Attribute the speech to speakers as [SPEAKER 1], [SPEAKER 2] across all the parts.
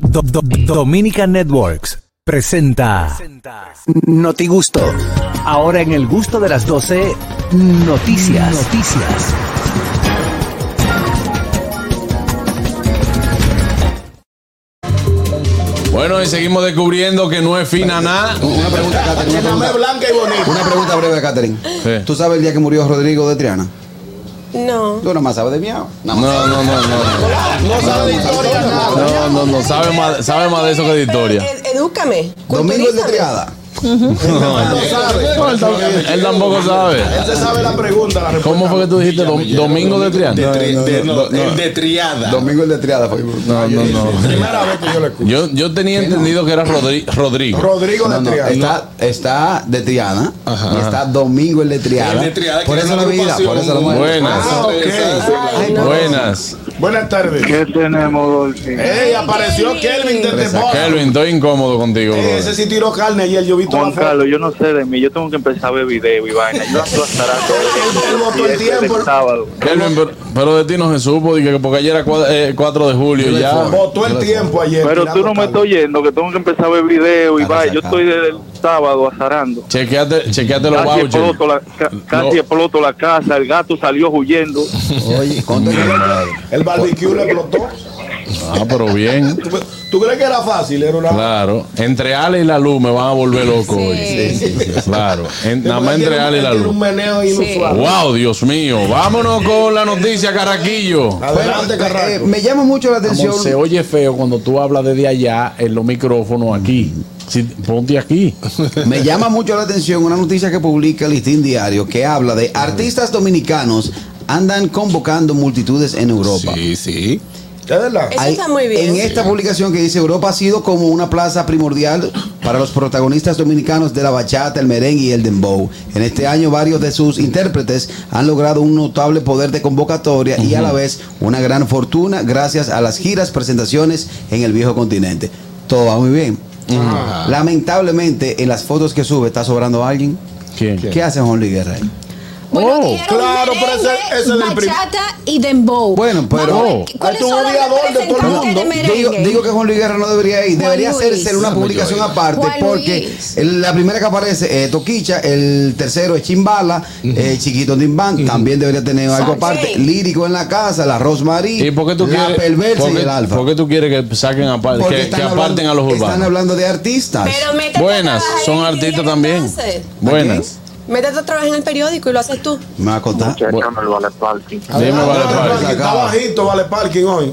[SPEAKER 1] Do- do- Dominica Networks presenta Noti Gusto. Ahora en el gusto de las 12, noticias. Noticias.
[SPEAKER 2] Bueno, y seguimos descubriendo que no es fina nada.
[SPEAKER 3] Una pregunta, Catherine. Una pregunta,
[SPEAKER 4] blanca y bonita.
[SPEAKER 3] una pregunta breve, Catherine.
[SPEAKER 2] Sí.
[SPEAKER 3] ¿Tú sabes el día que murió Rodrigo de Triana?
[SPEAKER 4] ¿Ah?
[SPEAKER 5] No.
[SPEAKER 3] Tú nomás sabes de miau.
[SPEAKER 2] No, no, no, no.
[SPEAKER 4] No sabe de historia nada.
[SPEAKER 2] No, no, no. Sabe más, sabe más de eso que de historia.
[SPEAKER 5] Ed- edúcame.
[SPEAKER 3] Domingo el de
[SPEAKER 5] culturízame.
[SPEAKER 3] Triada.
[SPEAKER 4] No sabe.
[SPEAKER 2] Él tampoco sabe.
[SPEAKER 4] Él se sabe la pregunta, la respuesta.
[SPEAKER 2] ¿Cómo fue que tú dijiste Dom- Domingo de
[SPEAKER 4] De,
[SPEAKER 2] Triana?
[SPEAKER 4] tri-
[SPEAKER 3] No, no,
[SPEAKER 4] de- no,
[SPEAKER 3] no, no.
[SPEAKER 4] el de triada.
[SPEAKER 3] Domingo el de Triada fue.
[SPEAKER 2] No, no, no.
[SPEAKER 4] Primera vez que yo le escucho.
[SPEAKER 2] Yo, yo tenía entendido que era Rodri- Rodrigo.
[SPEAKER 4] Rodrigo
[SPEAKER 3] No,
[SPEAKER 4] de
[SPEAKER 3] no,
[SPEAKER 4] triada.
[SPEAKER 3] está, está de Triana y está Domingo el de Triada.
[SPEAKER 4] El de Triada,
[SPEAKER 3] por
[SPEAKER 4] que
[SPEAKER 3] eso
[SPEAKER 4] era
[SPEAKER 3] la
[SPEAKER 4] una
[SPEAKER 3] vida, por
[SPEAKER 4] agrupación.
[SPEAKER 3] eso la muerte.
[SPEAKER 2] Buenas.
[SPEAKER 4] Ah, ok.
[SPEAKER 2] Buenas.
[SPEAKER 4] Buenas tardes.
[SPEAKER 6] ¿Qué tenemos, Dolphy?
[SPEAKER 4] Ey, apareció Kelvin de Tepora.
[SPEAKER 2] Kelvin, estoy incómodo contigo,
[SPEAKER 4] Ey,
[SPEAKER 2] brother.
[SPEAKER 4] Ese sí tiró carne ayer, yo vi toda
[SPEAKER 6] Juan
[SPEAKER 4] la foto.
[SPEAKER 6] Carlos, yo no sé de mí, yo tengo que empezar a ver video y vaina. Yo ando azarando desde
[SPEAKER 4] Él votó el
[SPEAKER 6] desde
[SPEAKER 4] tiempo.
[SPEAKER 6] el este sábado.
[SPEAKER 2] Kelvin, pero, pero de ti no se supo, dije, porque ayer era cua- eh, 4 de julio ya.
[SPEAKER 4] Botó el tiempo ayer.
[SPEAKER 6] Pero tú no
[SPEAKER 4] tirando
[SPEAKER 6] me
[SPEAKER 4] carne.
[SPEAKER 6] estás oyendo, que tengo que empezar a ver video y
[SPEAKER 3] Está
[SPEAKER 6] vaina. Yo
[SPEAKER 3] resacado.
[SPEAKER 6] estoy desde el sábado azarando.
[SPEAKER 2] Chequeate, chequeate los
[SPEAKER 6] Casi
[SPEAKER 2] vouchers.
[SPEAKER 6] exploto, la, ca- casi
[SPEAKER 2] No.
[SPEAKER 6] exploto la casa, el gato salió huyendo.
[SPEAKER 3] Oye, ¿cuánto es que
[SPEAKER 4] El barbecue le explotó.
[SPEAKER 2] Ah, pero bien.
[SPEAKER 4] ¿Tú, tú crees que era Pues fácil? Era una.
[SPEAKER 2] Claro, entre Ale y la luz me van a volver loco hoy. Claro, En- nada más entre Ale y la
[SPEAKER 4] Él tiene un
[SPEAKER 2] luz.
[SPEAKER 4] meneo inusual.
[SPEAKER 2] Wow, Dios mío. Vámonos con la noticia, Carraquillo.
[SPEAKER 4] Adelante,
[SPEAKER 3] Bueno, eh,
[SPEAKER 4] Carraco.
[SPEAKER 3] me llama mucho la atención.
[SPEAKER 2] Amor, se oye feo cuando tú hablas desde allá en los micrófonos aquí. Si- ponte aquí.
[SPEAKER 3] Me llama mucho la atención una noticia que publica el Listín Diario que habla de artistas dominicanos andan convocando multitudes en Europa.
[SPEAKER 4] sí. Es verdad.
[SPEAKER 5] Eso está muy bien.
[SPEAKER 3] En esta publicación que dice Europa ha sido como una plaza primordial para los protagonistas dominicanos de la bachata, el merengue y el dembow. En este año varios de sus intérpretes han logrado un notable poder de convocatoria y a la vez una gran fortuna gracias a las giras, presentaciones en el viejo continente. Todo va muy bien. Lamentablemente en las fotos que sube está sobrando alguien.
[SPEAKER 2] ¿Quién?
[SPEAKER 3] ¿Qué hace Juan Luis Guerra? ahí?
[SPEAKER 7] Bueno,
[SPEAKER 2] Oh.
[SPEAKER 7] dijeron
[SPEAKER 4] Claro, pero ese-
[SPEAKER 7] merengue,
[SPEAKER 4] ese es el prim-
[SPEAKER 7] bachata y dembow.
[SPEAKER 3] Bueno, pero-
[SPEAKER 7] Vamos a ver, ¿cu- ¿cuáles
[SPEAKER 4] Hay tu
[SPEAKER 7] son las
[SPEAKER 4] goleador de todo el
[SPEAKER 7] representantes
[SPEAKER 4] mundo.
[SPEAKER 7] de merengue?
[SPEAKER 3] Digo, digo que Juan Luis Guerra no debería ir,
[SPEAKER 7] Juan
[SPEAKER 3] debería
[SPEAKER 7] Luis.
[SPEAKER 3] hacerse una publicación aparte
[SPEAKER 7] Juan
[SPEAKER 3] porque
[SPEAKER 7] Luis.
[SPEAKER 3] el- la primera que aparece es Toquicha, el tercero es Chimbala, eh, Chiquito Dimbán, también debería tener algo
[SPEAKER 5] Ok.
[SPEAKER 3] aparte, Lírico en la casa, la Rosmarie,
[SPEAKER 2] ¿Y por qué tú
[SPEAKER 3] la
[SPEAKER 2] quieres,
[SPEAKER 3] Perversa
[SPEAKER 2] por qué-
[SPEAKER 3] y el Alfa.
[SPEAKER 2] por qué tú quieres que saquen aparte,
[SPEAKER 3] Porque
[SPEAKER 2] que,
[SPEAKER 3] están
[SPEAKER 2] que aparten
[SPEAKER 3] hablando-
[SPEAKER 2] a los
[SPEAKER 3] Están
[SPEAKER 2] urbanos?
[SPEAKER 3] hablando de artistas.
[SPEAKER 5] Pero métete a
[SPEAKER 2] Buenas,
[SPEAKER 5] trabajar
[SPEAKER 2] son
[SPEAKER 5] en el
[SPEAKER 2] artistas
[SPEAKER 5] periódico,
[SPEAKER 2] también.
[SPEAKER 5] entonces.
[SPEAKER 2] Buenas.
[SPEAKER 5] Métete a trabajar en el periódico y lo haces tú.
[SPEAKER 3] Me va a costar.
[SPEAKER 6] Echámelo a la party.
[SPEAKER 2] Dime,
[SPEAKER 4] Ah,
[SPEAKER 2] Vale Parking.
[SPEAKER 4] Está bajito, vale parking hoy.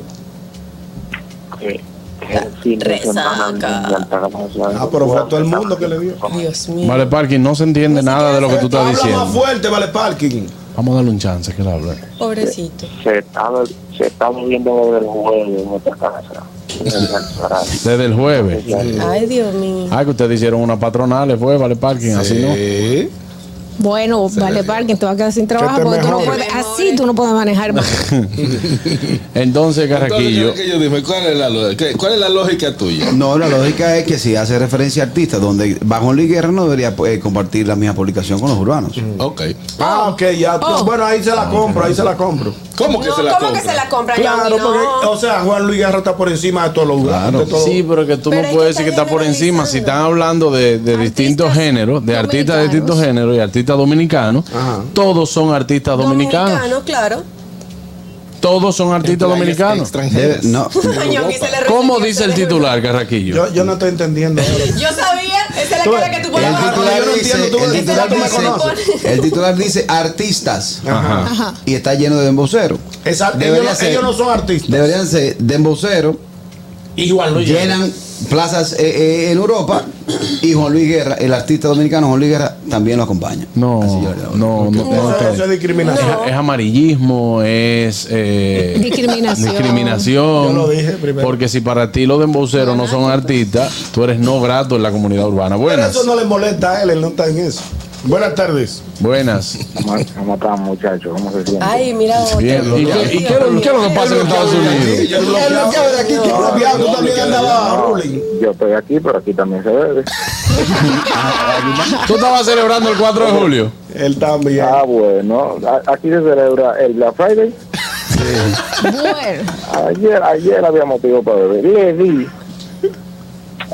[SPEAKER 6] Que- que el fin de semana
[SPEAKER 5] Resaca.
[SPEAKER 6] me encanta demasiado.
[SPEAKER 4] Ah, pero fue a todo el mundo que le dio.
[SPEAKER 5] Dios mío.
[SPEAKER 2] Vale, Parking, no se entiende nada de lo que tú estás
[SPEAKER 4] Habla más
[SPEAKER 2] diciendo.
[SPEAKER 4] fuerte, vale parking.
[SPEAKER 2] Vamos a darle un chance que él hable.
[SPEAKER 5] Pobrecito.
[SPEAKER 6] Se estaba, se estaba viendo desde el jueves en nuestra casa. en el restaurante.
[SPEAKER 2] Desde el jueves.
[SPEAKER 5] Ay, Dios mío.
[SPEAKER 2] Ah, que ustedes hicieron una patronal, le fue, vale parking, así no.
[SPEAKER 4] Sí.
[SPEAKER 7] Bueno, vale, Parkin, te vas a quedar sin trabajo
[SPEAKER 4] te
[SPEAKER 7] porque tú no
[SPEAKER 4] mejore.
[SPEAKER 7] puedes, así tú no puedes manejar.
[SPEAKER 2] Entonces, Carraquillo,
[SPEAKER 8] Entonces, yo dime, ¿cuál es la lógica? ¿Cuál es la lógica tuya?
[SPEAKER 3] No, la lógica es que si hace referencia a artistas, donde Juan Luis Guerra no debería eh, compartir la misma publicación con los urbanos.
[SPEAKER 8] Ok.
[SPEAKER 4] Ah, ok, ya.
[SPEAKER 7] Oh.
[SPEAKER 4] Bueno, ahí se la
[SPEAKER 2] Ah.
[SPEAKER 4] compro, ahí se la compro.
[SPEAKER 8] ¿Cómo que
[SPEAKER 5] No,
[SPEAKER 8] se la
[SPEAKER 5] ¿Cómo
[SPEAKER 8] compra?
[SPEAKER 5] que se la compra,
[SPEAKER 4] Claro,
[SPEAKER 5] Johnny?
[SPEAKER 4] porque,
[SPEAKER 5] No.
[SPEAKER 4] o sea, Juan Luis Guerra está por encima de todos los
[SPEAKER 3] Claro.
[SPEAKER 4] de todo-
[SPEAKER 2] Sí, pero que tú
[SPEAKER 5] Pero
[SPEAKER 2] no
[SPEAKER 5] es
[SPEAKER 2] puedes
[SPEAKER 5] que
[SPEAKER 2] decir que
[SPEAKER 5] están
[SPEAKER 2] está por encima si están
[SPEAKER 5] generalizando.
[SPEAKER 2] hablando de, de
[SPEAKER 7] Artistas
[SPEAKER 2] distintos géneros, de artistas de distintos
[SPEAKER 7] dominicanos.
[SPEAKER 2] géneros y artistas dominicanos.
[SPEAKER 4] Ajá.
[SPEAKER 2] Todos son artistas dominicanos.
[SPEAKER 5] Dominicano, claro.
[SPEAKER 2] Todos son artistas dominicanos.
[SPEAKER 3] Debe-
[SPEAKER 8] Extranjeros.
[SPEAKER 3] no,
[SPEAKER 5] Johnny, se le
[SPEAKER 2] ¿Cómo
[SPEAKER 5] resolvió,
[SPEAKER 2] dice
[SPEAKER 5] se
[SPEAKER 2] el
[SPEAKER 5] le
[SPEAKER 2] titular, Carraquillo?
[SPEAKER 4] Yo, yo no estoy entendiendo. ahora.
[SPEAKER 5] resolvió. Yo sabía, esa es la cara que tú pones.
[SPEAKER 3] El
[SPEAKER 4] Ah,
[SPEAKER 5] cuando
[SPEAKER 3] titular
[SPEAKER 4] yo no
[SPEAKER 3] dice-
[SPEAKER 4] entiendo, tú-
[SPEAKER 3] el
[SPEAKER 4] ese
[SPEAKER 3] titular
[SPEAKER 4] dato me
[SPEAKER 3] dice-
[SPEAKER 5] conoces.
[SPEAKER 3] el titular dice artistas
[SPEAKER 4] Ajá.
[SPEAKER 7] Ajá.
[SPEAKER 3] y está lleno de emboceros.
[SPEAKER 4] Exacto. Ellos,
[SPEAKER 3] Debería
[SPEAKER 4] no-
[SPEAKER 3] ser.
[SPEAKER 4] ellos no son artistas.
[SPEAKER 3] Deberían ser demboceros,
[SPEAKER 4] Y Juan
[SPEAKER 3] llenan plazas eh, eh, en Europa y Juan Luis Guerra, el artista dominicano Juan Luis Guerra, también lo acompaña.
[SPEAKER 2] No,
[SPEAKER 3] Así yo le doy.
[SPEAKER 2] no, no, no,
[SPEAKER 4] Eso, eso
[SPEAKER 2] está
[SPEAKER 4] es
[SPEAKER 2] bien.
[SPEAKER 4] discriminación.
[SPEAKER 2] Es, es amarillismo, es eh,
[SPEAKER 7] Discriminación.
[SPEAKER 2] discriminación.
[SPEAKER 4] Yo lo dije primero.
[SPEAKER 2] Porque si para ti los demboceros no son artistas, tú eres no grato en la comunidad urbana.
[SPEAKER 4] Pero
[SPEAKER 2] Buenas,
[SPEAKER 4] eso no le molesta a él, él no está en eso. Buenas tardes.
[SPEAKER 2] buenas.
[SPEAKER 6] ¿Cómo, cómo están, muchachos? ¿Cómo se sienten?
[SPEAKER 5] Ay, mira otro.
[SPEAKER 2] Bien. ¿Y, qué, y qué- qué es lo que pasa en Estados Unidos?
[SPEAKER 4] Él bloqueado de aquí, que bloqueado, tú también andabas ruling.
[SPEAKER 6] Yo estoy aquí, pero aquí también se bebe.
[SPEAKER 2] Tú estabas celebrando el 4 de julio.
[SPEAKER 4] Él también.
[SPEAKER 6] Ah, bueno. A- Aquí se celebra el Black Friday.
[SPEAKER 7] bueno,
[SPEAKER 6] Ayer, ayer había motivo para beber. Le di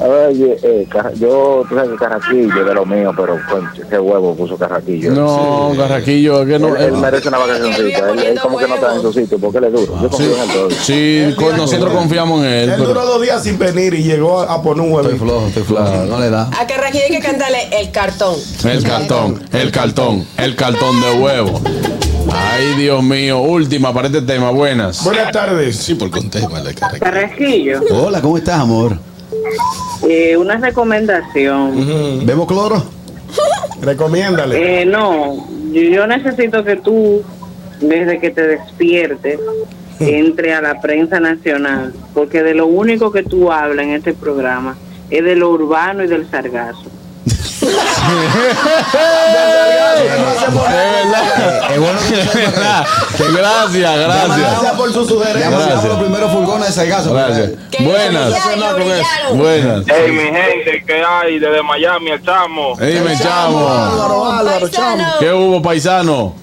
[SPEAKER 6] A ver, ye- eh, Carra- yo, tú sabes que Carraquillo de lo mío, pero conche, qué huevo puso Carraquillo.
[SPEAKER 2] No, Carraquillo, es que no. eh.
[SPEAKER 6] Él, él
[SPEAKER 2] él-
[SPEAKER 6] merece una vacacioncita. Él, él como que no está en su sitio, porque él es duro. Yo confío en él todo.
[SPEAKER 2] sí, con- nosotros confiamos en él.
[SPEAKER 4] Él
[SPEAKER 2] pero-
[SPEAKER 4] duró dos días sin venir y llegó a, a poner un
[SPEAKER 3] Estoy
[SPEAKER 4] huevo.
[SPEAKER 3] flojo, estoy flojo. No le da.
[SPEAKER 5] A Carraquillo hay que cantarle el cartón.
[SPEAKER 2] El cartón, el cartón, el cartón de huevo. Ay, Dios mío. Última para este tema, buenas.
[SPEAKER 4] Buenas tardes.
[SPEAKER 8] Sí, por contestarme la cara.
[SPEAKER 9] Carrasquillo,
[SPEAKER 2] Oh.
[SPEAKER 3] Hola, ¿cómo estás, amor?
[SPEAKER 9] eh, una recomendación.
[SPEAKER 3] ¿Bebo cloro?
[SPEAKER 4] Recomiéndale.
[SPEAKER 9] Eh, no, yo- yo necesito que tú, desde que te despiertes, entre a la prensa nacional, porque de lo único que tú hablas en este programa es de lo urbano y del sargazo.
[SPEAKER 4] Ah,
[SPEAKER 3] Es bueno que
[SPEAKER 2] De verdad. Gracias, gracias.
[SPEAKER 4] Gracias por su
[SPEAKER 3] Ya
[SPEAKER 4] sugerencia.
[SPEAKER 3] pasamos los primeros fulgones de sargazo.
[SPEAKER 2] Gracias.
[SPEAKER 5] Que
[SPEAKER 2] Buenas.
[SPEAKER 5] brillaron, brillaron.
[SPEAKER 2] Buenas.
[SPEAKER 6] Hey, mi gente, ¿qué hay? Desde Miami, el chamo.
[SPEAKER 2] Dime, chamo.
[SPEAKER 4] Álvaro, Álvaro, chamo.
[SPEAKER 5] Paisano.
[SPEAKER 2] ¿Qué hubo, paisano?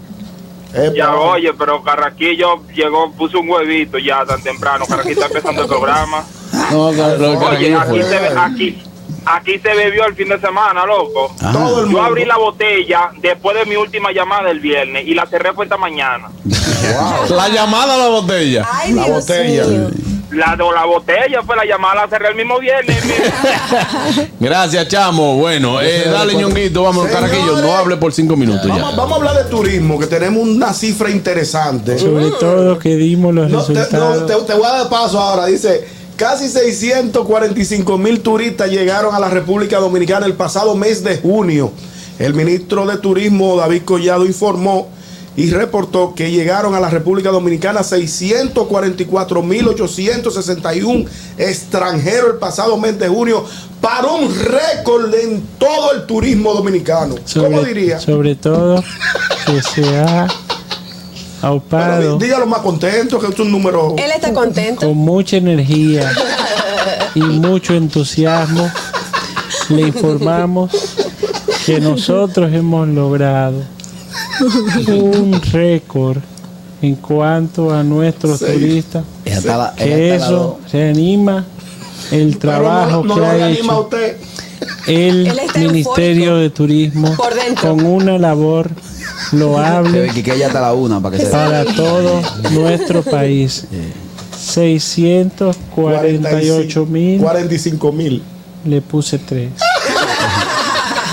[SPEAKER 4] Epa.
[SPEAKER 6] pero Carraquillo llegó, puso un huevito ya tan temprano. Carraquillo está empezando el programa.
[SPEAKER 2] No, Car- lo de
[SPEAKER 6] Oye,
[SPEAKER 2] Carraquillo
[SPEAKER 6] aquí
[SPEAKER 2] fue.
[SPEAKER 6] se, be- aquí, aquí se bebió el fin de semana, loco.
[SPEAKER 2] Ah.
[SPEAKER 4] Todo el
[SPEAKER 6] Yo
[SPEAKER 4] mundo.
[SPEAKER 6] abrí la botella después de mi última llamada el viernes y la cerré fue esta mañana.
[SPEAKER 2] La llamada a la botella.
[SPEAKER 5] Ay, Dios
[SPEAKER 4] botella.
[SPEAKER 5] mío.
[SPEAKER 6] La de la botella fue la llamada, la cerré el mismo viernes. mira.
[SPEAKER 2] Gracias, chamo. Bueno, eh, dale ñonguito, vámonos,
[SPEAKER 4] Señores.
[SPEAKER 2] Carraquillo. No hable por cinco minutos ya.
[SPEAKER 4] Vamos, vamos a hablar de turismo, que tenemos una cifra interesante. Mm.
[SPEAKER 10] Sobre todo que dimos los
[SPEAKER 4] No, te,
[SPEAKER 10] resultados.
[SPEAKER 4] no, te- te voy a dar paso ahora. Dice, casi 645 mil turistas llegaron a la República Dominicana el pasado mes de junio. El ministro de Turismo, David Collado, informó y reportó que llegaron a la República Dominicana 644.861 extranjeros el pasado mes de junio para un récord en todo el turismo dominicano.
[SPEAKER 10] sobre,
[SPEAKER 4] ¿Cómo diría?
[SPEAKER 10] sobre todo que se ha
[SPEAKER 4] Pero
[SPEAKER 10] aupado
[SPEAKER 4] dí- dígalo más contento, que es un número...
[SPEAKER 5] Él está contento.
[SPEAKER 10] con mucha energía y mucho entusiasmo. Le informamos que nosotros hemos logrado un récord en cuanto a nuestros turistas.
[SPEAKER 3] Ella está la-
[SPEAKER 10] Que
[SPEAKER 3] ella está la
[SPEAKER 10] eso reanima el trabajo
[SPEAKER 4] Pero no, no
[SPEAKER 10] que
[SPEAKER 4] lo
[SPEAKER 10] ha
[SPEAKER 4] anima a
[SPEAKER 10] hecho
[SPEAKER 4] usted.
[SPEAKER 10] el
[SPEAKER 5] Él está
[SPEAKER 10] Ministerio de Turismo
[SPEAKER 5] Por dentro.
[SPEAKER 10] con una labor
[SPEAKER 3] dos. Se
[SPEAKER 10] loable
[SPEAKER 3] ve que- que ella está la una para que se
[SPEAKER 10] para todo nuestro país. 648 mil,
[SPEAKER 4] 45 mil.
[SPEAKER 10] le puse 3.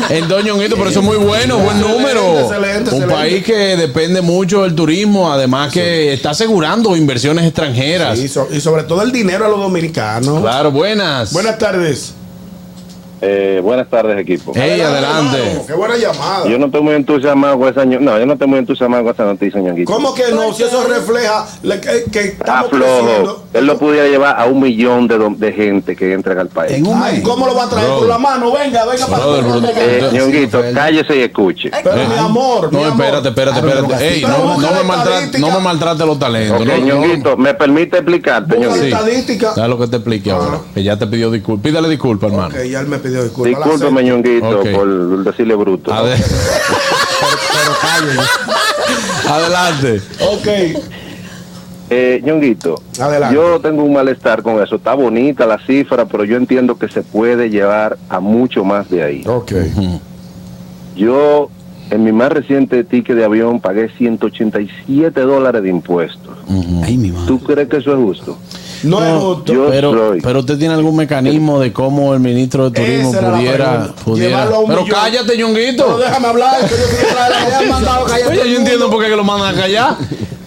[SPEAKER 2] Entonces, Ñonguito, pero eso es muy bueno, buen número.
[SPEAKER 4] excelente,
[SPEAKER 2] Un
[SPEAKER 4] excelente.
[SPEAKER 2] país que depende mucho del turismo, además que está asegurando inversiones extranjeras.
[SPEAKER 4] Y, so- y sobre todo el dinero a los dominicanos.
[SPEAKER 2] Claro, buenas.
[SPEAKER 4] Buenas tardes.
[SPEAKER 6] Eh, buenas tardes, equipo.
[SPEAKER 2] Ey, adelante.
[SPEAKER 4] Álvaro, Qué buena llamada.
[SPEAKER 6] Yo no estoy muy entusiasmado con esa. ño- No, yo no estoy muy entusiasmado con esa noticia, ñonguito.
[SPEAKER 4] ¿Cómo que no? Si eso refleja la- que, que
[SPEAKER 6] Está
[SPEAKER 4] estamos
[SPEAKER 6] flojo.
[SPEAKER 4] creciendo.
[SPEAKER 6] Él lo pudiera llevar a un millón de, dom- de gente que entra al país.
[SPEAKER 3] En un
[SPEAKER 4] Ay,
[SPEAKER 3] mes.
[SPEAKER 4] ¿Cómo lo va a traer
[SPEAKER 2] Bro.
[SPEAKER 4] con la mano? Venga, venga
[SPEAKER 2] Brother,
[SPEAKER 4] para
[SPEAKER 2] brother.
[SPEAKER 6] Eh,
[SPEAKER 2] Entonces,
[SPEAKER 6] ñonguito,
[SPEAKER 3] Rafael.
[SPEAKER 6] cállese y escuche.
[SPEAKER 4] Eh,
[SPEAKER 6] Eh.
[SPEAKER 4] Pero mi amor, mi
[SPEAKER 2] No,
[SPEAKER 4] amor. Ah,
[SPEAKER 2] espérate, espérate,
[SPEAKER 3] Ábrelo,
[SPEAKER 2] espérate. Ey,
[SPEAKER 4] Pero
[SPEAKER 2] no,
[SPEAKER 4] busca
[SPEAKER 2] no me
[SPEAKER 4] la
[SPEAKER 2] maltrate,
[SPEAKER 4] estadística.
[SPEAKER 2] no me maltrate los talentos.
[SPEAKER 6] Ok,
[SPEAKER 2] no, no, no.
[SPEAKER 6] ñonguito, ¿me permite explicarte,
[SPEAKER 4] Busca la
[SPEAKER 6] ñonguito?
[SPEAKER 4] estadística.
[SPEAKER 2] Dale lo que te explique ahora. Que ya te pidió disculpas. Pídale disculpas, hermano.
[SPEAKER 4] Ah. Ok, Eh, ya él me pidió disculpas. la
[SPEAKER 6] Discúlpeme,
[SPEAKER 4] acepto.
[SPEAKER 6] ñonguito,
[SPEAKER 2] Ok.
[SPEAKER 6] por decirle bruto.
[SPEAKER 2] Ade- Adelante.
[SPEAKER 4] Ok.
[SPEAKER 6] Eh, Ñonguito,
[SPEAKER 4] Adelante.
[SPEAKER 6] yo tengo un malestar con eso. Está bonita la cifra, pero yo entiendo que se puede llevar a mucho más de ahí.
[SPEAKER 4] Ok.
[SPEAKER 6] Yo, en mi más reciente ticket de avión, pagué 187 dólares de impuestos.
[SPEAKER 3] Ay, mi madre.
[SPEAKER 6] ¿Tú crees que eso es justo?
[SPEAKER 4] No, es justo.
[SPEAKER 6] Yo
[SPEAKER 2] Pero,
[SPEAKER 6] soy.
[SPEAKER 2] pero usted tiene algún mecanismo de cómo el ministro de turismo
[SPEAKER 4] Esa era la
[SPEAKER 2] pudiera,
[SPEAKER 4] pregunta.
[SPEAKER 2] pudiera.
[SPEAKER 4] Llevarlo a un
[SPEAKER 2] Pero
[SPEAKER 4] millón.
[SPEAKER 2] cállate,
[SPEAKER 4] Pero
[SPEAKER 2] Ñonguito.
[SPEAKER 4] déjame hablar. Que yo quiero hablar. Me han mandado callar todo
[SPEAKER 2] Oye,
[SPEAKER 4] el
[SPEAKER 2] yo
[SPEAKER 4] mundo.
[SPEAKER 2] entiendo por qué que lo mandan a callar.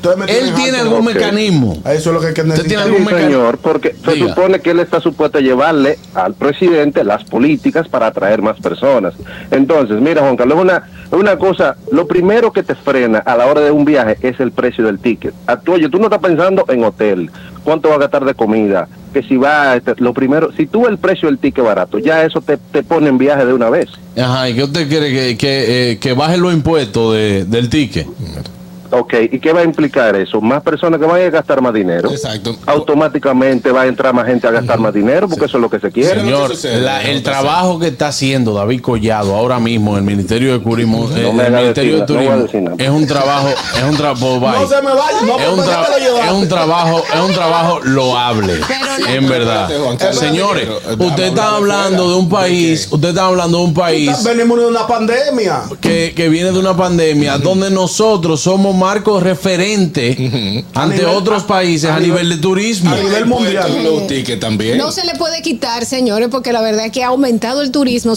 [SPEAKER 4] Ustedes me
[SPEAKER 2] Él
[SPEAKER 4] tienen
[SPEAKER 2] tiene
[SPEAKER 4] harto.
[SPEAKER 2] algún
[SPEAKER 6] Ok.
[SPEAKER 2] mecanismo.
[SPEAKER 4] Eso es lo que, que
[SPEAKER 2] tiene
[SPEAKER 4] necesitamos.
[SPEAKER 2] algún
[SPEAKER 6] Sí,
[SPEAKER 2] meca-
[SPEAKER 6] señor, porque se
[SPEAKER 2] Diga.
[SPEAKER 6] supone que él está supuesto a llevarle al presidente las políticas para atraer más personas. Entonces, mira, Juan Carlos, una, una cosa, lo primero que te frena a la hora de un viaje es el precio del ticket. A tú, oye, tú no estás pensando en hotel, cuánto va a gastar de comida, que si va, este, lo primero, si tú ves el precio del ticket barato, ya eso te, te pone en viaje de una vez.
[SPEAKER 2] Ajá, ¿y qué usted quiere? Que, que, eh, que bajen los impuestos de- del ticket.
[SPEAKER 6] Ok, ¿y qué va a implicar eso? Más personas que van a gastar más dinero.
[SPEAKER 8] Exacto.
[SPEAKER 6] Automáticamente va a entrar más gente a gastar más dinero porque eso es lo que se quiere.
[SPEAKER 2] Señor, la- el trabajo que está haciendo David Collado ahora mismo en el Ministerio de Turismo, eh,
[SPEAKER 6] me
[SPEAKER 2] el
[SPEAKER 6] haga
[SPEAKER 2] Ministerio
[SPEAKER 6] decir
[SPEAKER 2] de
[SPEAKER 6] nada, no voy a decir
[SPEAKER 2] Turismo es un trabajo, es un trabajo,
[SPEAKER 4] No se me vaya, no,
[SPEAKER 2] es, un
[SPEAKER 4] porque
[SPEAKER 2] tra-
[SPEAKER 4] déjalo llevar.
[SPEAKER 2] es un trabajo, es un trabajo loable, en verdad. Eh,
[SPEAKER 8] Espérate, Juan Carlos.
[SPEAKER 2] Señores,
[SPEAKER 8] Pero, estamos
[SPEAKER 2] usted está hablando de un país, usted está hablando de un país
[SPEAKER 4] Venimos de una pandemia.
[SPEAKER 2] que, que viene de una pandemia donde nosotros somos marcos referentes ante
[SPEAKER 4] nivel-
[SPEAKER 2] otros países a, nivel, de turismo.
[SPEAKER 4] a nivel mundial.
[SPEAKER 8] Los tickets también.
[SPEAKER 7] No se le puede quitar, señores, porque la verdad es que ha aumentado el turismo